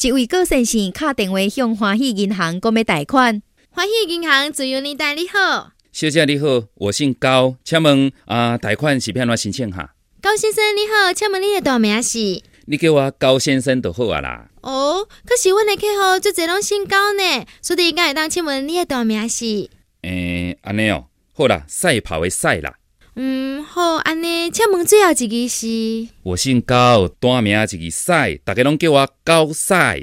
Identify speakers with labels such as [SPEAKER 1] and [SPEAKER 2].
[SPEAKER 1] 一位郭先生敲电话向欢喜银行购买贷款。
[SPEAKER 2] 欢喜银行自由年代你好，
[SPEAKER 3] 小姐你好，我姓高，请问啊贷款是要安怎申请哈？
[SPEAKER 2] 高先生你好，请问你的大名是？
[SPEAKER 3] 你叫我高先生就好啊啦。
[SPEAKER 2] 哦，可是阮的客户最侪拢姓高呢，所以敢会当请问你的大名是？
[SPEAKER 3] 诶、安尼哦，好啦，赛跑的赛啦。
[SPEAKER 2] 嗯，好，安尼，请问最后一个是？
[SPEAKER 3] 我姓高，单名一个赛，大家拢叫我高赛。